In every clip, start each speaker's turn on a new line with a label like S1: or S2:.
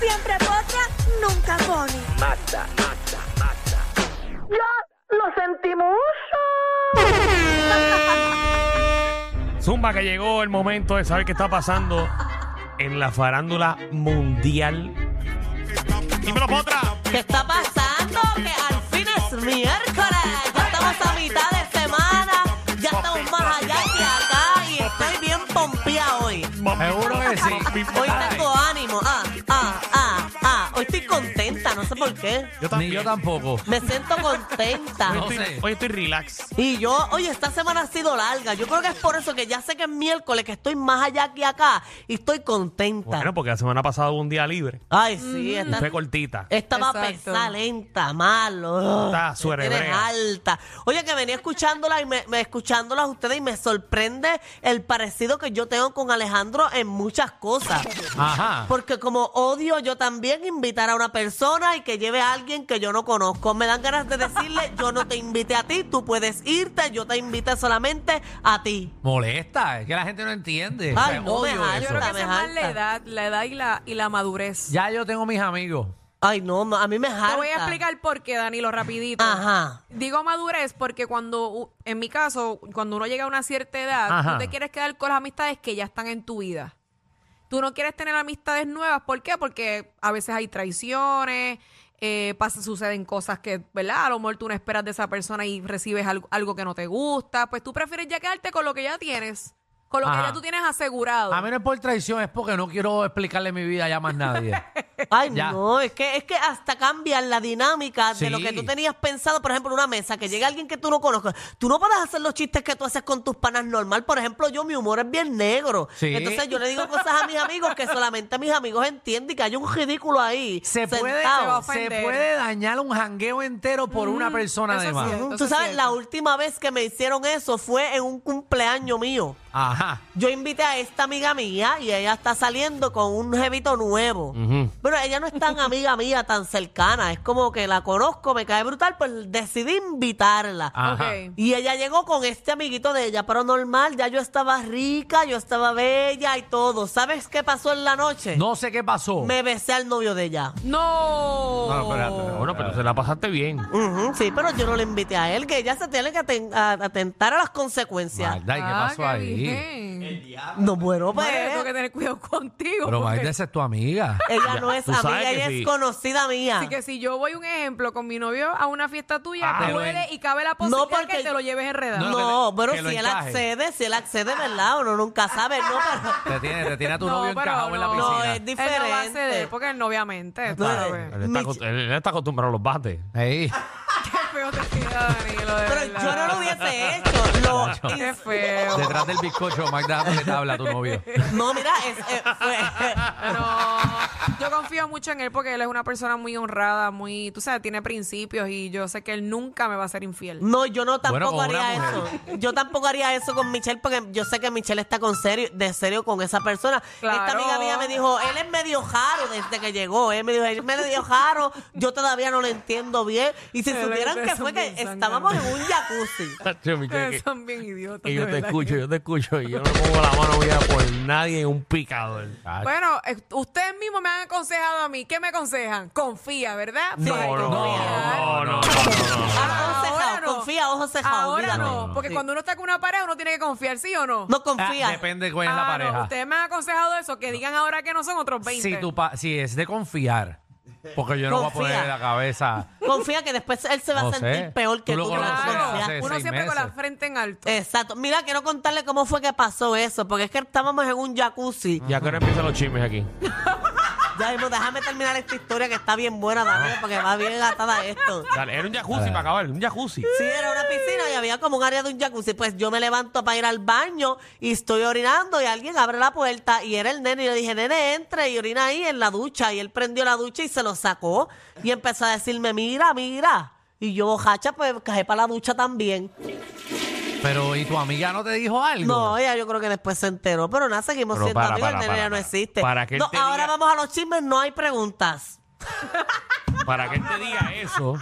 S1: Siempre potra, nunca pone.
S2: Zumba, que llegó el momento de saber qué está pasando en la farándula mundial. Dímelo, Potra.
S3: ¿Qué está pasando? Que al fin es miércoles. Ya estamos a mitad de semana. Ya estamos más allá que acá. Y estoy bien pompeada hoy.
S2: Seguro que sí.
S3: Hoy tengo ánimo. Ah, ah, ah, ah. Hoy estoy contenta, no sé por qué.
S2: Yo también.
S4: Ni yo tampoco.
S3: Me siento contenta.
S2: Hoy estoy,
S4: sé.
S2: hoy estoy relax.
S3: Y yo, oye, esta semana ha sido larga. Yo creo que es por eso que ya sé que es miércoles, que estoy más allá que acá. Y estoy contenta.
S2: Bueno, porque la semana pasada hubo un día libre.
S3: Ay, sí, esta,
S2: Fue cortita.
S3: Esta va a pesar lenta, malo.
S2: Está
S3: Ugh,
S2: suerebrea.
S3: tienes alta. Oye, que venía escuchándola y me, me- escuchándola a ustedes y me sorprende el parecido que yo tengo con Alejandro en muchas cosas.
S4: Ajá.
S3: Porque como odio yo también invitar a una persona y que lleve a alguien que yo no conozco. Me dan ganas de decirle, yo no te invité a ti, tú puedes irte, yo te invité solamente a ti.
S4: Molesta, es que la gente no entiende.
S3: Ay,
S4: Me
S3: no me
S4: odio
S3: hallo,
S4: eso.
S5: Yo creo que
S3: me
S5: esa es más
S3: jalta.
S5: la edad, la edad y la, y la madurez.
S4: Ya yo tengo mis amigos.
S3: Ay, no, ma- a mí me harta.
S5: Te voy a explicar por qué, Danilo, rapidito.
S3: Ajá.
S5: Digo madurez porque cuando, u- en mi caso, cuando uno llega a una cierta edad,
S4: Ajá.
S5: tú te quieres quedar con las amistades que ya están en tu vida. Tú no quieres tener amistades nuevas. ¿Por qué? Porque a veces hay traiciones, eh, pasa- suceden cosas que, ¿verdad? A lo mejor tú no esperas de esa persona y recibes algo, algo que no te gusta. Pues tú prefieres ya quedarte con lo que ya tienes, con lo
S4: Ajá.
S5: que ya tú tienes asegurado.
S4: A mí no es por traición, es porque no quiero explicarle mi vida ya más a nadie.
S3: Ay,
S4: Ya.
S3: no, es que, es que hasta cambian la dinámica de
S4: Sí.
S3: lo que tú tenías pensado, por ejemplo, en una mesa, que llega alguien que tú no conozcas. Tú no puedes hacer los chistes que tú haces con tus panas normal. Por ejemplo, yo, mi humor es bien negro.
S4: Sí.
S3: Entonces yo le digo cosas a mis amigos que solamente mis amigos entienden y que hay un ridículo ahí.
S4: Se puede,
S3: sentado.
S5: se va a
S4: se
S5: ofender.
S4: puede dañar un jangueo entero por una persona
S5: eso
S4: de
S5: es
S4: más.
S5: cierto.
S3: Tú
S5: Entonces,
S3: sabes,
S5: sí,
S3: la
S5: eso.
S3: última vez que me hicieron eso fue en un cumpleaños mío.
S4: Ajá.
S3: Yo invité a esta amiga mía y ella está saliendo con un jevito nuevo. Pero ella no es tan amiga mía, tan cercana. Es como que la conozco, me cae brutal, pues decidí invitarla.
S2: Ah.
S4: Ajá.
S5: Ok.
S3: Y ella llegó con este amiguito de ella, pero normal, ya yo estaba rica, yo estaba bella y todo. ¿Sabes qué pasó en la noche?
S4: No sé qué pasó.
S3: Me besé al novio de ella.
S5: No.
S2: Bueno, pero se la pasaste bien.
S3: Ujú, sí, pero yo no le invité a él, que ella se tiene que aten- a- atentar a las consecuencias.
S4: Magda, ¿y qué
S5: Ah,
S4: pasó ahí?
S5: bien.
S3: No, bueno, pues...
S5: Madre, tengo que tener cuidado contigo.
S4: Pero
S5: porque-
S4: Magda, esa es tu amiga.
S3: Ella no es
S2: tú sabes
S3: amiga,
S2: que
S3: ella
S2: sí.
S3: es conocida mía.
S5: Así que si yo voy, un ejemplo, con mi novio a una fiesta tuya,
S4: Ah,
S5: puede
S4: bueno.
S5: y cabe la posibilidad
S3: porque-
S5: que te lo lleves enredado.
S4: No,
S3: No,
S4: que le-
S3: pero
S4: que lo
S3: si él
S4: encaje.
S3: accede, si él accede, ¿verdad? Uno nunca sabe, ¿no? Pero-
S4: Te tiene, te tiene a tu
S5: No,
S4: novio
S5: pero
S4: encajado en la
S5: no. eh,
S4: piscina.
S3: no, es
S5: Él no va a
S3: diferente.
S5: ceder, porque él no, obviamente. tú
S3: No,
S5: sabes.
S2: Él está,
S3: Mi-
S2: acos- él- él está acostumbrado a los bates.
S4: Ahí.
S5: Qué feo te queda, Danilo, de
S3: Pero
S5: verdad.
S3: yo no lo hubiese hecho. Lo-
S5: Qué feo.
S4: Detrás del bizcocho, Magda, que te habla tu novio.
S3: no, mira, es, eh, fue-
S5: No, yo confío mucho en él porque él es una persona muy honrada, muy, tú sabes, tiene principios y yo sé que él nunca me va a ser infiel.
S3: no, yo no tampoco
S4: con una
S3: haría
S4: mujer.
S3: eso. Yo tampoco haría eso con Michelle porque yo sé que Michelle está con serio, de serio con esa persona.
S5: Claro.
S3: Esta amiga mía me dijo, él es medio jaro desde que llegó. Él me dijo, él es medio jaro, yo todavía no lo entiendo bien. Y si
S5: Pero
S3: supieran
S5: ustedes
S3: que
S5: son
S3: fue que
S5: bien zánganos.
S3: estábamos en un jacuzzi.
S2: Tacho, mi chica,
S5: Ustedes
S2: que-
S5: son bien idiotas.
S2: que
S5: de
S2: yo te
S5: verdad.
S2: escucho, yo te escucho. Y yo no pongo la mano mía por nadie en un picador.
S5: Bueno, eh, ustedes mismos me han aconsejado a mí. ¿Qué me aconsejan? Confía, ¿verdad?
S2: No,
S5: Pues,
S2: no, no,
S5: confía.
S2: no, no, no, no.
S3: Ah, ojo
S5: Ahora
S3: cejao,
S5: no.
S3: confía, ojo cejado.
S5: Ahora no, porque cuando uno está con una pareja uno tiene que confiar, ¿sí o no?
S3: No
S4: Ah,
S3: confía.
S4: depende de cuál es la
S5: Ah, no,
S4: pareja.
S5: ustedes me han aconsejado eso, que digan ahora que no son otros 20.
S4: Si, tu pa- si es de confiar, porque yo no voy a
S3: Confía.
S4: poner la cabeza.
S3: Confía que después él se va a
S4: No sé.
S3: sentir peor que
S4: Tú
S3: tú.
S4: lo
S3: que no
S4: conoces,
S3: confías.
S4: hace
S5: Claro, uno
S4: seis
S5: siempre con
S4: meses.
S5: la frente en alto.
S3: Exacto. Mira, quiero contarle cómo fue que pasó eso, porque es que estábamos en un jacuzzi.
S2: Ya que ahora empiezan los chismes aquí.
S3: Ya mismo, déjame terminar esta
S4: Ah.
S3: historia que está bien buena, Daniel, porque va bien atada a esto.
S2: Dale, era un jacuzzi para acabar, un jacuzzi.
S3: Sí, era una piscina y había como un área de un jacuzzi. Pues yo me levanto para ir al baño y estoy orinando y alguien abre la puerta y era el nene. Y le dije, nene, entre y orina ahí en la ducha. Y él prendió la ducha y se lo sacó y empezó a decirme, mira, mira. Y yo, bojacha, pues cajé para la ducha también.
S4: Pero, ¿y tu amiga no te dijo algo?
S3: No, ella yo creo que después se enteró, pero nada, seguimos
S2: Pero
S3: siendo
S2: para,
S3: amigos, el
S2: para,
S3: nene
S2: para,
S3: ya no
S2: para.
S3: existe.
S2: Para que él
S3: No,
S2: te
S3: ahora
S2: diga-
S3: vamos a los chismes, no hay preguntas.
S2: Para que él te diga eso,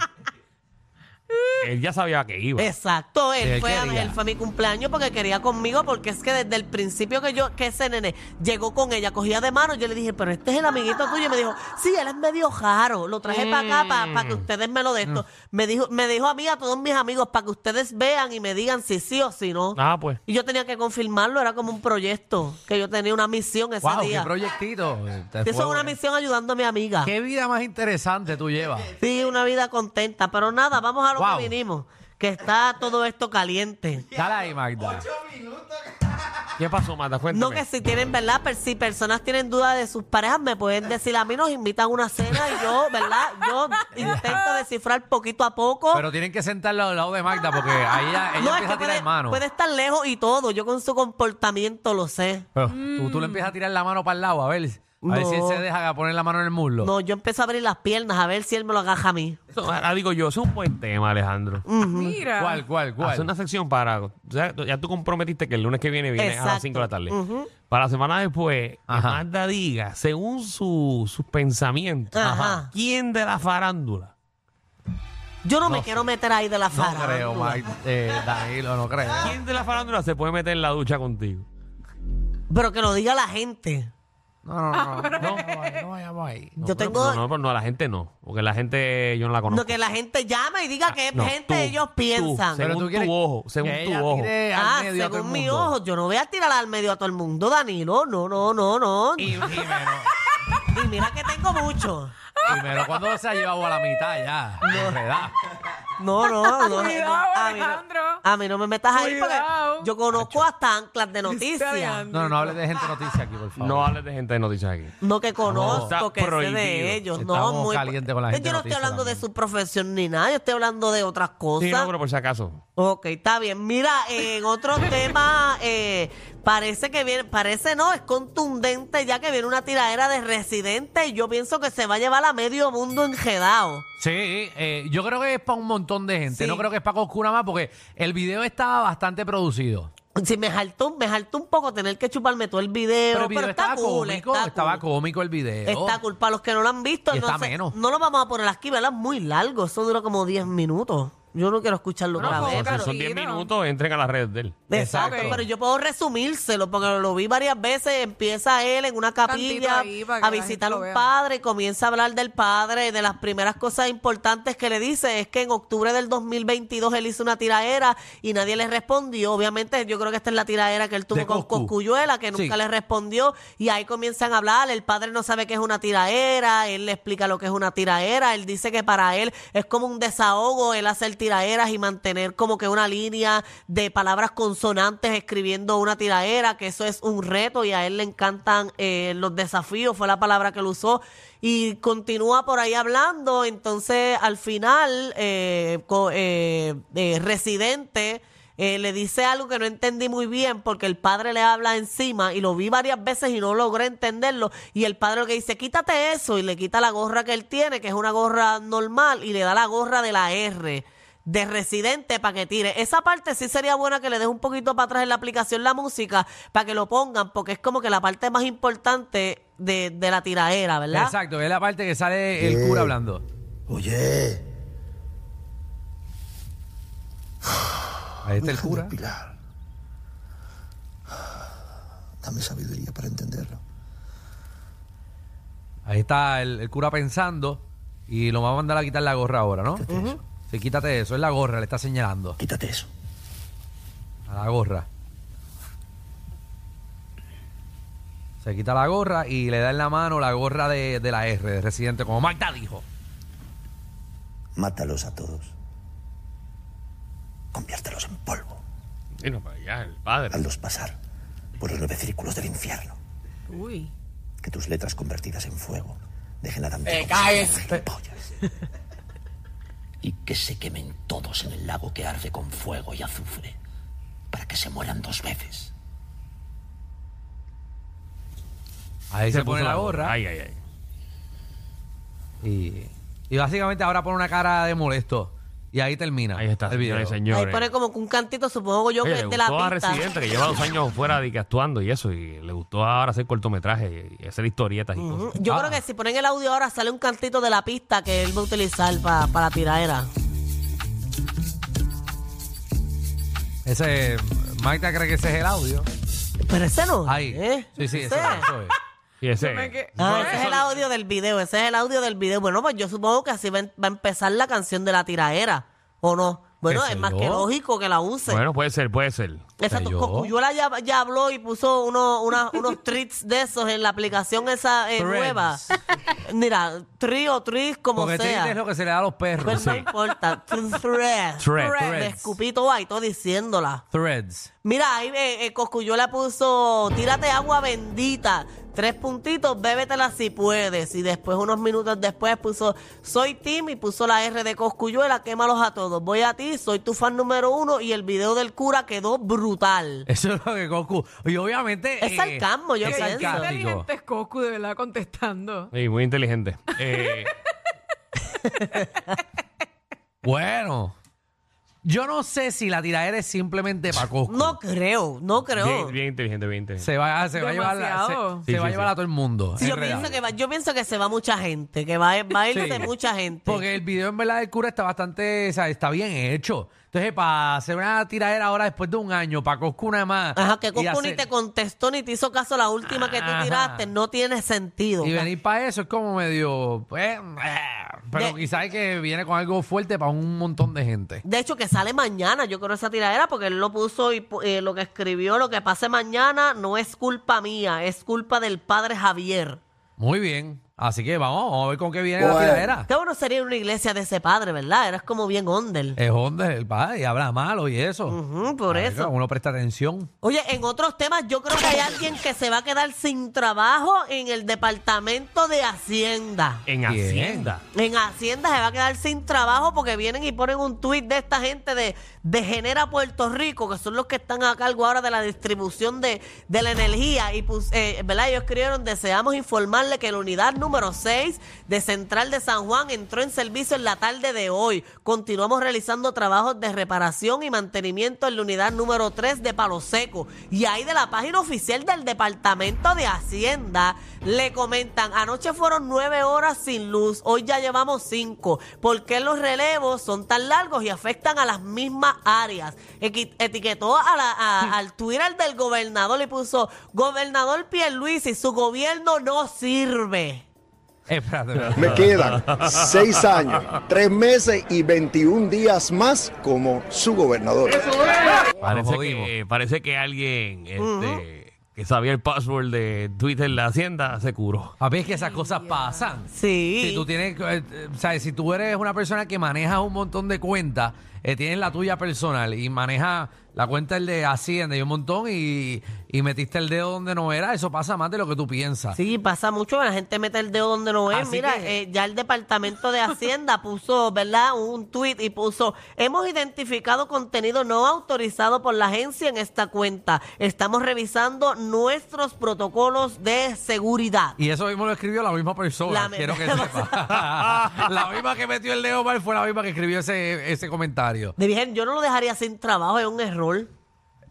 S2: él ya sabía que iba.
S3: Exacto,
S4: ¿De
S3: él fue,
S4: qué
S3: a-
S4: día?
S3: él fue a mi cumpleaños porque quería conmigo, porque es que desde el principio que yo, que ese nene llegó con ella, cogía de mano, yo le dije, pero este es el amiguito tuyo, y me dijo, sí, él es medio raro, lo traje para acá para
S2: Mm.
S3: que ustedes me lo de esto. Me dijo, me dijo a mí, a todos mis amigos, para que ustedes vean y me digan si sí o si no.
S2: Ah, pues.
S3: Y yo tenía que confirmarlo, era como un proyecto, que yo tenía una misión ese
S4: wow,
S3: día.
S4: qué proyectito. Te
S3: Eso
S4: fue-
S3: es una misión ayudando a mi amiga.
S4: Qué vida más interesante tú llevas.
S3: Sí, una vida contenta. Pero nada, vamos a lo
S4: Wow.
S3: que vinimos. Que está todo esto caliente.
S4: Dale ahí, Magda.
S2: ¿Qué pasó, Mata? Cuéntame.
S3: No que si tienen, ¿verdad? Pero si personas tienen dudas de sus parejas, me pueden decir. A mí nos invitan a una cena y yo, ¿verdad? Yo intento descifrar poquito a poco.
S4: Pero tienen que sentarla al lado de Magda porque ahí ella, ella
S3: no,
S4: empieza a tirar
S3: puede,
S4: mano.
S3: puede estar lejos y todo. Yo con su comportamiento lo sé.
S4: Pero tú, tú le empiezas a tirar la mano para el lado, a ver, a ver si él
S3: Mm. No.
S4: se deja poner la mano en el muslo.
S3: No, yo empiezo a abrir las piernas a ver si él me lo agaja a mí.
S2: Eso, ahora digo yo, eso es un buen tema, Alejandro.
S3: Mm.
S5: Mira.
S4: ¿Cuál, cuál, cuál?
S2: Hacer una sección para. o sea, ya tú comprometiste que el lunes que viene vienes a las
S3: Exacto.
S2: 5 de la tarde. Para la semana después, que
S4: Ajá.
S2: Magda diga, según su- sus pensamientos,
S3: Ajá.
S2: ¿quién de la farándula?
S3: Yo no, me quiero meter ahí de la
S4: No
S3: farándula.
S4: creo, Magda. Eh, Danilo, no creo.
S2: ¿Quién de la farándula se puede meter en la ducha contigo?
S3: Pero que lo diga la gente.
S4: No, no, no. No, no, vay- no vayamos ahí.
S3: yo
S2: Pero,
S3: tengo.
S2: No, no, pero no, a la gente no. Porque la gente yo no la conozco.
S3: No, que la gente llame y diga que
S2: No,
S3: gente
S2: tú,
S3: ellos
S2: tú,
S3: piensan.
S2: según tu ojo, según
S4: que
S2: tu
S4: ella
S2: ojo.
S4: tire al
S3: ah,
S4: medio a todo
S3: según
S4: el
S3: mi
S4: mundo.
S3: ojo, yo no voy a tirar al medio a todo el mundo, Danilo. No, no, no, no. Y,
S4: Y, y menos,
S3: mira que tengo mucho.
S4: y menos cuando se ha llevado a la mitad ya. enredado.
S3: No, no, no. no,
S5: Cuidado,
S3: a, mí no
S5: Alejandro.
S3: a mí no me metas ahí porque
S5: Cuidado.
S3: yo conozco hasta anclas de
S5: Está
S3: noticias.
S5: bien.
S4: No, no, no hables de gente noticia aquí, por favor.
S2: No hables de gente de noticias aquí.
S3: No que conozco,
S2: está
S3: que sé
S2: prohibido.
S3: de ellos.
S4: Estamos
S3: no, muy.
S4: calientes con la gente
S3: yo no estoy
S4: noticia
S3: hablando de
S4: también.
S3: su profesión ni nada, yo estoy hablando de otras cosas.
S2: Sí, no, pero por si acaso.
S3: Ok, está bien. Mira, eh, en otro tema, eh, parece que viene, parece no, es contundente ya que viene una tiradera de residente y yo pienso que se va a llevar a medio mundo enjedado.
S4: Sí, eh, yo creo que es para un montón de gente.
S3: Sí.
S4: No creo que es para Coscura más porque el video estaba bastante producido.
S3: Sí, me jaltó, me jaltó un poco tener que chuparme todo el video,
S4: Pero
S3: pero,
S4: el video
S3: está
S4: estaba
S3: cool,
S4: cómico,
S3: está
S4: estaba
S3: cool.
S4: cómico el video.
S3: Está cool. Para los que no lo han visto,
S4: Y
S3: no,
S4: está
S3: sé-
S4: ameno.
S3: no lo vamos a poner aquí, ¿verdad? Es Muy largo, eso dura como 10 minutos. Yo no quiero escucharlo
S5: Bueno,
S3: otra
S5: como
S3: vez.
S2: O sea,
S5: claro.
S2: son 10 minutos, entren a las redes de él.
S3: Exacto,
S5: Exacto.
S3: pero yo puedo resumírselo porque lo vi varias veces. Empieza él en una capilla
S5: ahí para que
S3: a
S5: la gente
S3: visitar a
S5: lo
S3: un
S5: vea.
S3: padre y comienza a hablar del padre. Y de las primeras cosas importantes que le dice es que en octubre del 2022 él hizo una tiraera y nadie le respondió. Obviamente, yo creo que esta es la tiraera que él tuvo
S4: De
S3: con
S4: Coscu.
S3: Coscuyuela, que nunca
S4: Sí.
S3: le respondió. Y ahí comienzan a hablar. El padre no sabe qué es una tiraera. Él le explica lo que es una tiraera. Él dice que para él es como un desahogo el hacer tiraeras y mantener como que una línea de palabras consonantes escribiendo una tiraera, que eso es un reto y a él le encantan eh, los desafíos, fue la palabra que él usó. Y continúa por ahí hablando. Entonces, al final, eh, co- eh, eh, Residente. Eh, le dice algo que no entendí muy bien porque el padre le habla encima y lo vi varias veces y no logré entenderlo. Y el padre lo que dice, quítate eso y le quita la gorra que él tiene, que es una gorra normal, y le da la gorra de la R de residente para que tire. Esa parte sí sería buena que le des un poquito para atrás en la aplicación la música para que lo pongan porque es como que la parte más importante de, de la tiraera, ¿verdad?
S4: Exacto, es la parte que sale el cura hablando.
S6: Oye,
S4: Ahí está el
S6: déjame
S4: cura.
S6: respirar. Dame sabiduría para entenderlo.
S4: Ahí está el, el cura pensando y lo va a mandar a quitar la gorra ahora, ¿no?
S6: Quítate eso.
S4: Sí, quítate eso, es la gorra, le está señalando
S6: Quítate eso.
S4: a la gorra. Se quita la gorra y le da en la mano la gorra de, de la R, de residente, como Magda dijo.
S6: Mátalos a todos. Conviértelos en polvo.
S2: Y no, para allá, el padre.
S6: Hazlos pasar por los nueve círculos del infierno.
S5: Uy.
S6: Que tus letras convertidas en fuego dejen la ¡Te caes! Y y que se quemen todos en el lago que arde con fuego y azufre para que se mueran dos veces.
S4: Ahí se, pone
S2: puso
S4: la gorra.
S2: Ay, ay, ay.
S4: Y, y básicamente ahora pone una cara de molesto. Y ahí termina.
S2: Ahí está,
S4: el video.
S2: señores y señores.
S3: Ahí pone como que un cantito, supongo yo,
S2: Oye,
S3: que
S2: le
S3: es de la
S2: gustó a
S3: pista.
S2: Residente, que lleva dos años fuera de que actuando y eso, y le gustó ahora hacer cortometrajes y hacer historietas y
S3: Ujú.
S2: cosas.
S3: Yo
S4: Ah.
S3: creo que si ponen el audio ahora sale un cantito de la pista que él va a utilizar pa- para la tiradera.
S4: Ese. Magda cree que ese es el audio.
S3: Pero ese no.
S4: Ahí.
S3: ¿eh?
S4: Sí, sí,
S3: Ese.
S4: eso, es, eso es.
S2: Y ese,
S5: me que-
S3: Ah, ese es el audio del video, ese es el audio del video. Bueno, pues yo supongo que así va, en- va a empezar la canción de la tiraera, ¿o no? Bueno,
S4: sé
S3: es más
S4: yo?
S3: que lógico que la use.
S2: Bueno, puede ser, puede ser.
S3: esa
S4: sé
S3: tu-
S4: yo?
S3: Cocuyuela ya, ya habló y puso uno, una- unos treats de esos en la aplicación esa eh,
S4: Threads.
S3: nueva. Mira, tri o tris, como
S4: Porque
S3: sea.
S4: triste es lo que se le da a los
S3: Pero
S4: perros.
S3: no importa. Threads.
S2: Thread,
S3: Me
S4: threads.
S3: escupito ahí, todo diciéndola.
S4: Threads.
S3: Mira, ahí eh, eh, Coscuyola puso, tírate agua bendita, tres puntitos, bébetela si puedes. Y después, unos minutos después, puso, soy Tim y puso la R de Coscuyuela, quémalos a todos. Voy a ti, soy tu fan número uno y el video del cura quedó brutal.
S4: Eso es lo que Goku. Y obviamente. eh,
S3: Es sarcasmo, yo
S4: es
S3: pienso.
S5: Qué
S4: sarcástico.
S5: inteligente es Coscu, de verdad, contestando.
S2: Sí, muy inteligente. Eh,
S4: Bueno. Yo no sé si la tiradera es simplemente para Goku.
S3: No creo, no creo.
S2: bien, bien inteligente, bien inteligente.
S4: Se va, se va a llevar, la- se,
S5: Demasiado.
S4: se
S2: Sí,
S4: va a
S2: sí,
S4: llevar
S2: sí.
S4: a todo el mundo.
S3: Sí, yo,
S4: enredado.
S3: pienso que va- yo pienso que se va mucha gente, que va, va a ir
S4: Sí.
S3: de mucha gente.
S4: Porque el video en verdad del cura está bastante, o sea, está bien hecho. Entonces, para hacer una tiradera ahora después de un año, para Coscu nada más.
S3: Ajá,
S4: y
S3: que Coscu ni
S4: hacer-
S3: te contestó ni te hizo caso la última que tú
S4: Ajá.
S3: tiraste, no tiene sentido.
S4: Y venir para eso es como medio. pues, eh, pero
S3: De-
S4: quizás es que viene con algo fuerte para un montón de gente.
S3: De hecho, que sale mañana, yo creo, esa tiradera, porque él lo puso y pu- eh, lo que escribió, lo que pase mañana, no es culpa mía, es culpa del padre Javier.
S4: Muy bien. Así que vamos, vamos a ver con qué viene la
S6: Bueno.
S4: tiradera.
S3: Qué bueno sería una iglesia de ese padre, ¿verdad? Eres como bien ondel.
S4: Es Honda, el padre, y habla malo y eso.
S3: Ujú, por
S4: Así que
S3: eso.
S4: Uno presta atención.
S3: Oye, en otros temas, yo creo que hay alguien que se va a quedar sin trabajo en el departamento de Hacienda.
S2: En
S4: Bien.
S2: Hacienda.
S3: En Hacienda se va a quedar sin trabajo porque vienen y ponen un tuit de esta gente de, de Genera Puerto Rico, que son los que están a cargo ahora de la distribución de, de la energía. Y pues, eh, ¿verdad? Ellos escribieron, deseamos informarle que la unidad número 6 de Central de San Juan entró en servicio en la tarde de hoy. Continuamos realizando trabajos de reparación y mantenimiento en la unidad número 3 de Palo Seco. Y ahí de la página oficial del Departamento de Hacienda le comentan, anoche fueron nueve horas sin luz, hoy ya llevamos cinco. ¿Por qué los relevos son tan largos y afectan a las mismas áreas? Equi- Etiquetó a la- a- al Twitter del gobernador y puso, gobernador Pierluisi, su gobierno no sirve.
S4: Espérate,
S7: Me quedan seis años, tres meses y 21 días más como su gobernador.
S2: Parece
S4: jodimos.
S2: que, parece que alguien este, que sabía el password de Twitter de Hacienda se curó.
S4: A ver, es que esas cosas pasan.
S3: Sí.
S4: Si tú tienes, eh, eh, o sea, si tú eres una persona que maneja un montón de cuentas, eh, tienes la tuya personal y maneja la cuenta del de Hacienda y un montón y, y metiste el dedo donde no era, eso pasa más de lo que tú piensas.
S3: Sí, pasa mucho, la gente mete el dedo donde no es.
S4: Así
S3: Mira,
S4: que-
S3: eh, ya el Departamento de Hacienda puso, ¿verdad? Un tuit y puso, hemos identificado contenido no autorizado por la agencia en esta cuenta. Estamos revisando nuestros protocolos de seguridad.
S4: Y eso mismo lo escribió la misma persona,
S3: La-
S4: quiero que sepa. la misma que metió el dedo mal fue la misma que escribió ese, ese comentario.
S3: De Virgen, yo no lo dejaría sin trabajo, es un error.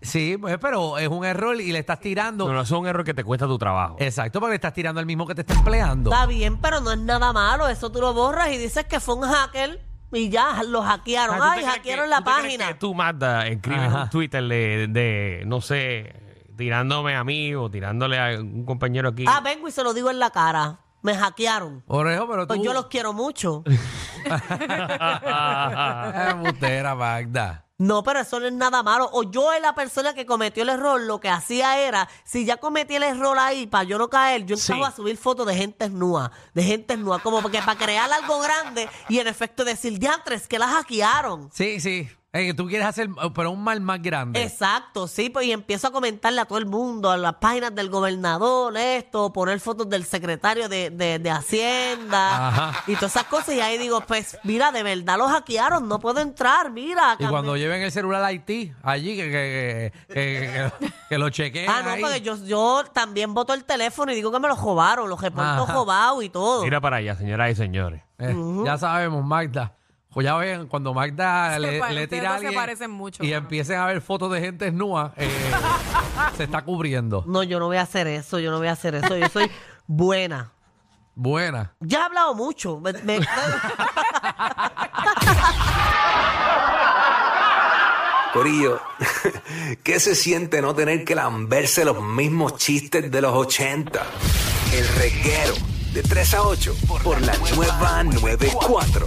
S4: Sí, pues, pero es un error y le estás tirando.
S2: No, no, eso es un error que te cuesta tu trabajo.
S4: Exacto, porque le estás tirando al mismo que te está empleando.
S3: Está bien, pero no es nada malo. Eso tú lo borras y dices que fue un hacker y ya lo
S2: O
S3: hackearon.
S2: sea, Ah, ¿tú
S3: Ay,
S2: te crees
S3: hackearon
S2: que-
S3: la
S2: tú te crees
S3: página.
S2: que tú, Magda, escribes
S4: Ajá.
S2: un Twitter de, de, no sé, tirándome a mí o tirándole a un compañero aquí.
S3: Ah, vengo y se lo digo en la cara. Me hackearon.
S4: Orejo, pero tú.
S2: Uh.
S3: Pues yo los quiero mucho. Ah,
S4: Embustera, Magda.
S3: No, pero eso no es nada malo. O yo es la persona que cometió el error. Lo que hacía era, si ya cometí el error ahí, para yo no caer, yo
S2: Sí.
S3: empezaba a subir fotos de gente nua, de gente nua, como porque para crear algo grande y en efecto decir, diantres, que la hackearon.
S4: Sí, sí. Eh, que tú quieres hacer, pero un mal más grande.
S3: Exacto, sí, pues y empiezo a comentarle a todo el mundo, a las páginas del gobernador, esto, poner fotos del secretario de, de- de Hacienda
S4: Ajá.
S3: y todas esas cosas. Y ahí digo, pues mira, de verdad los hackearon, no puedo entrar, mira.
S4: Y cuando
S3: Carmen.
S4: lleven el celular a Haití, allí, que, que, que, que- que- que lo chequeen.
S3: Ah, no,
S4: Eh, ahí.
S3: porque yo, yo también voto el teléfono y digo que me lo robaron, los reporto
S4: Ajá.
S3: robado y todo.
S2: Mira para allá, señoras y señores.
S4: Eh, Ya sabemos, Magda. Pues ya ven, cuando Magda
S5: Se
S4: le,
S5: pa-
S4: le
S5: ustedes
S4: tira a
S5: dos se
S4: alguien
S5: parecen mucho,
S4: y
S5: mano.
S4: empiecen a ver fotos de gente desnuda, eh, se está cubriendo.
S3: No, yo no voy a hacer eso, yo no voy a hacer eso, yo soy buena.
S4: Buena.
S3: Ya he hablado mucho. me- me-
S6: Corillo, ¿qué se siente no tener que lamberse los mismos chistes de los 80? El reguero de 3 a 8 por la nueva 94.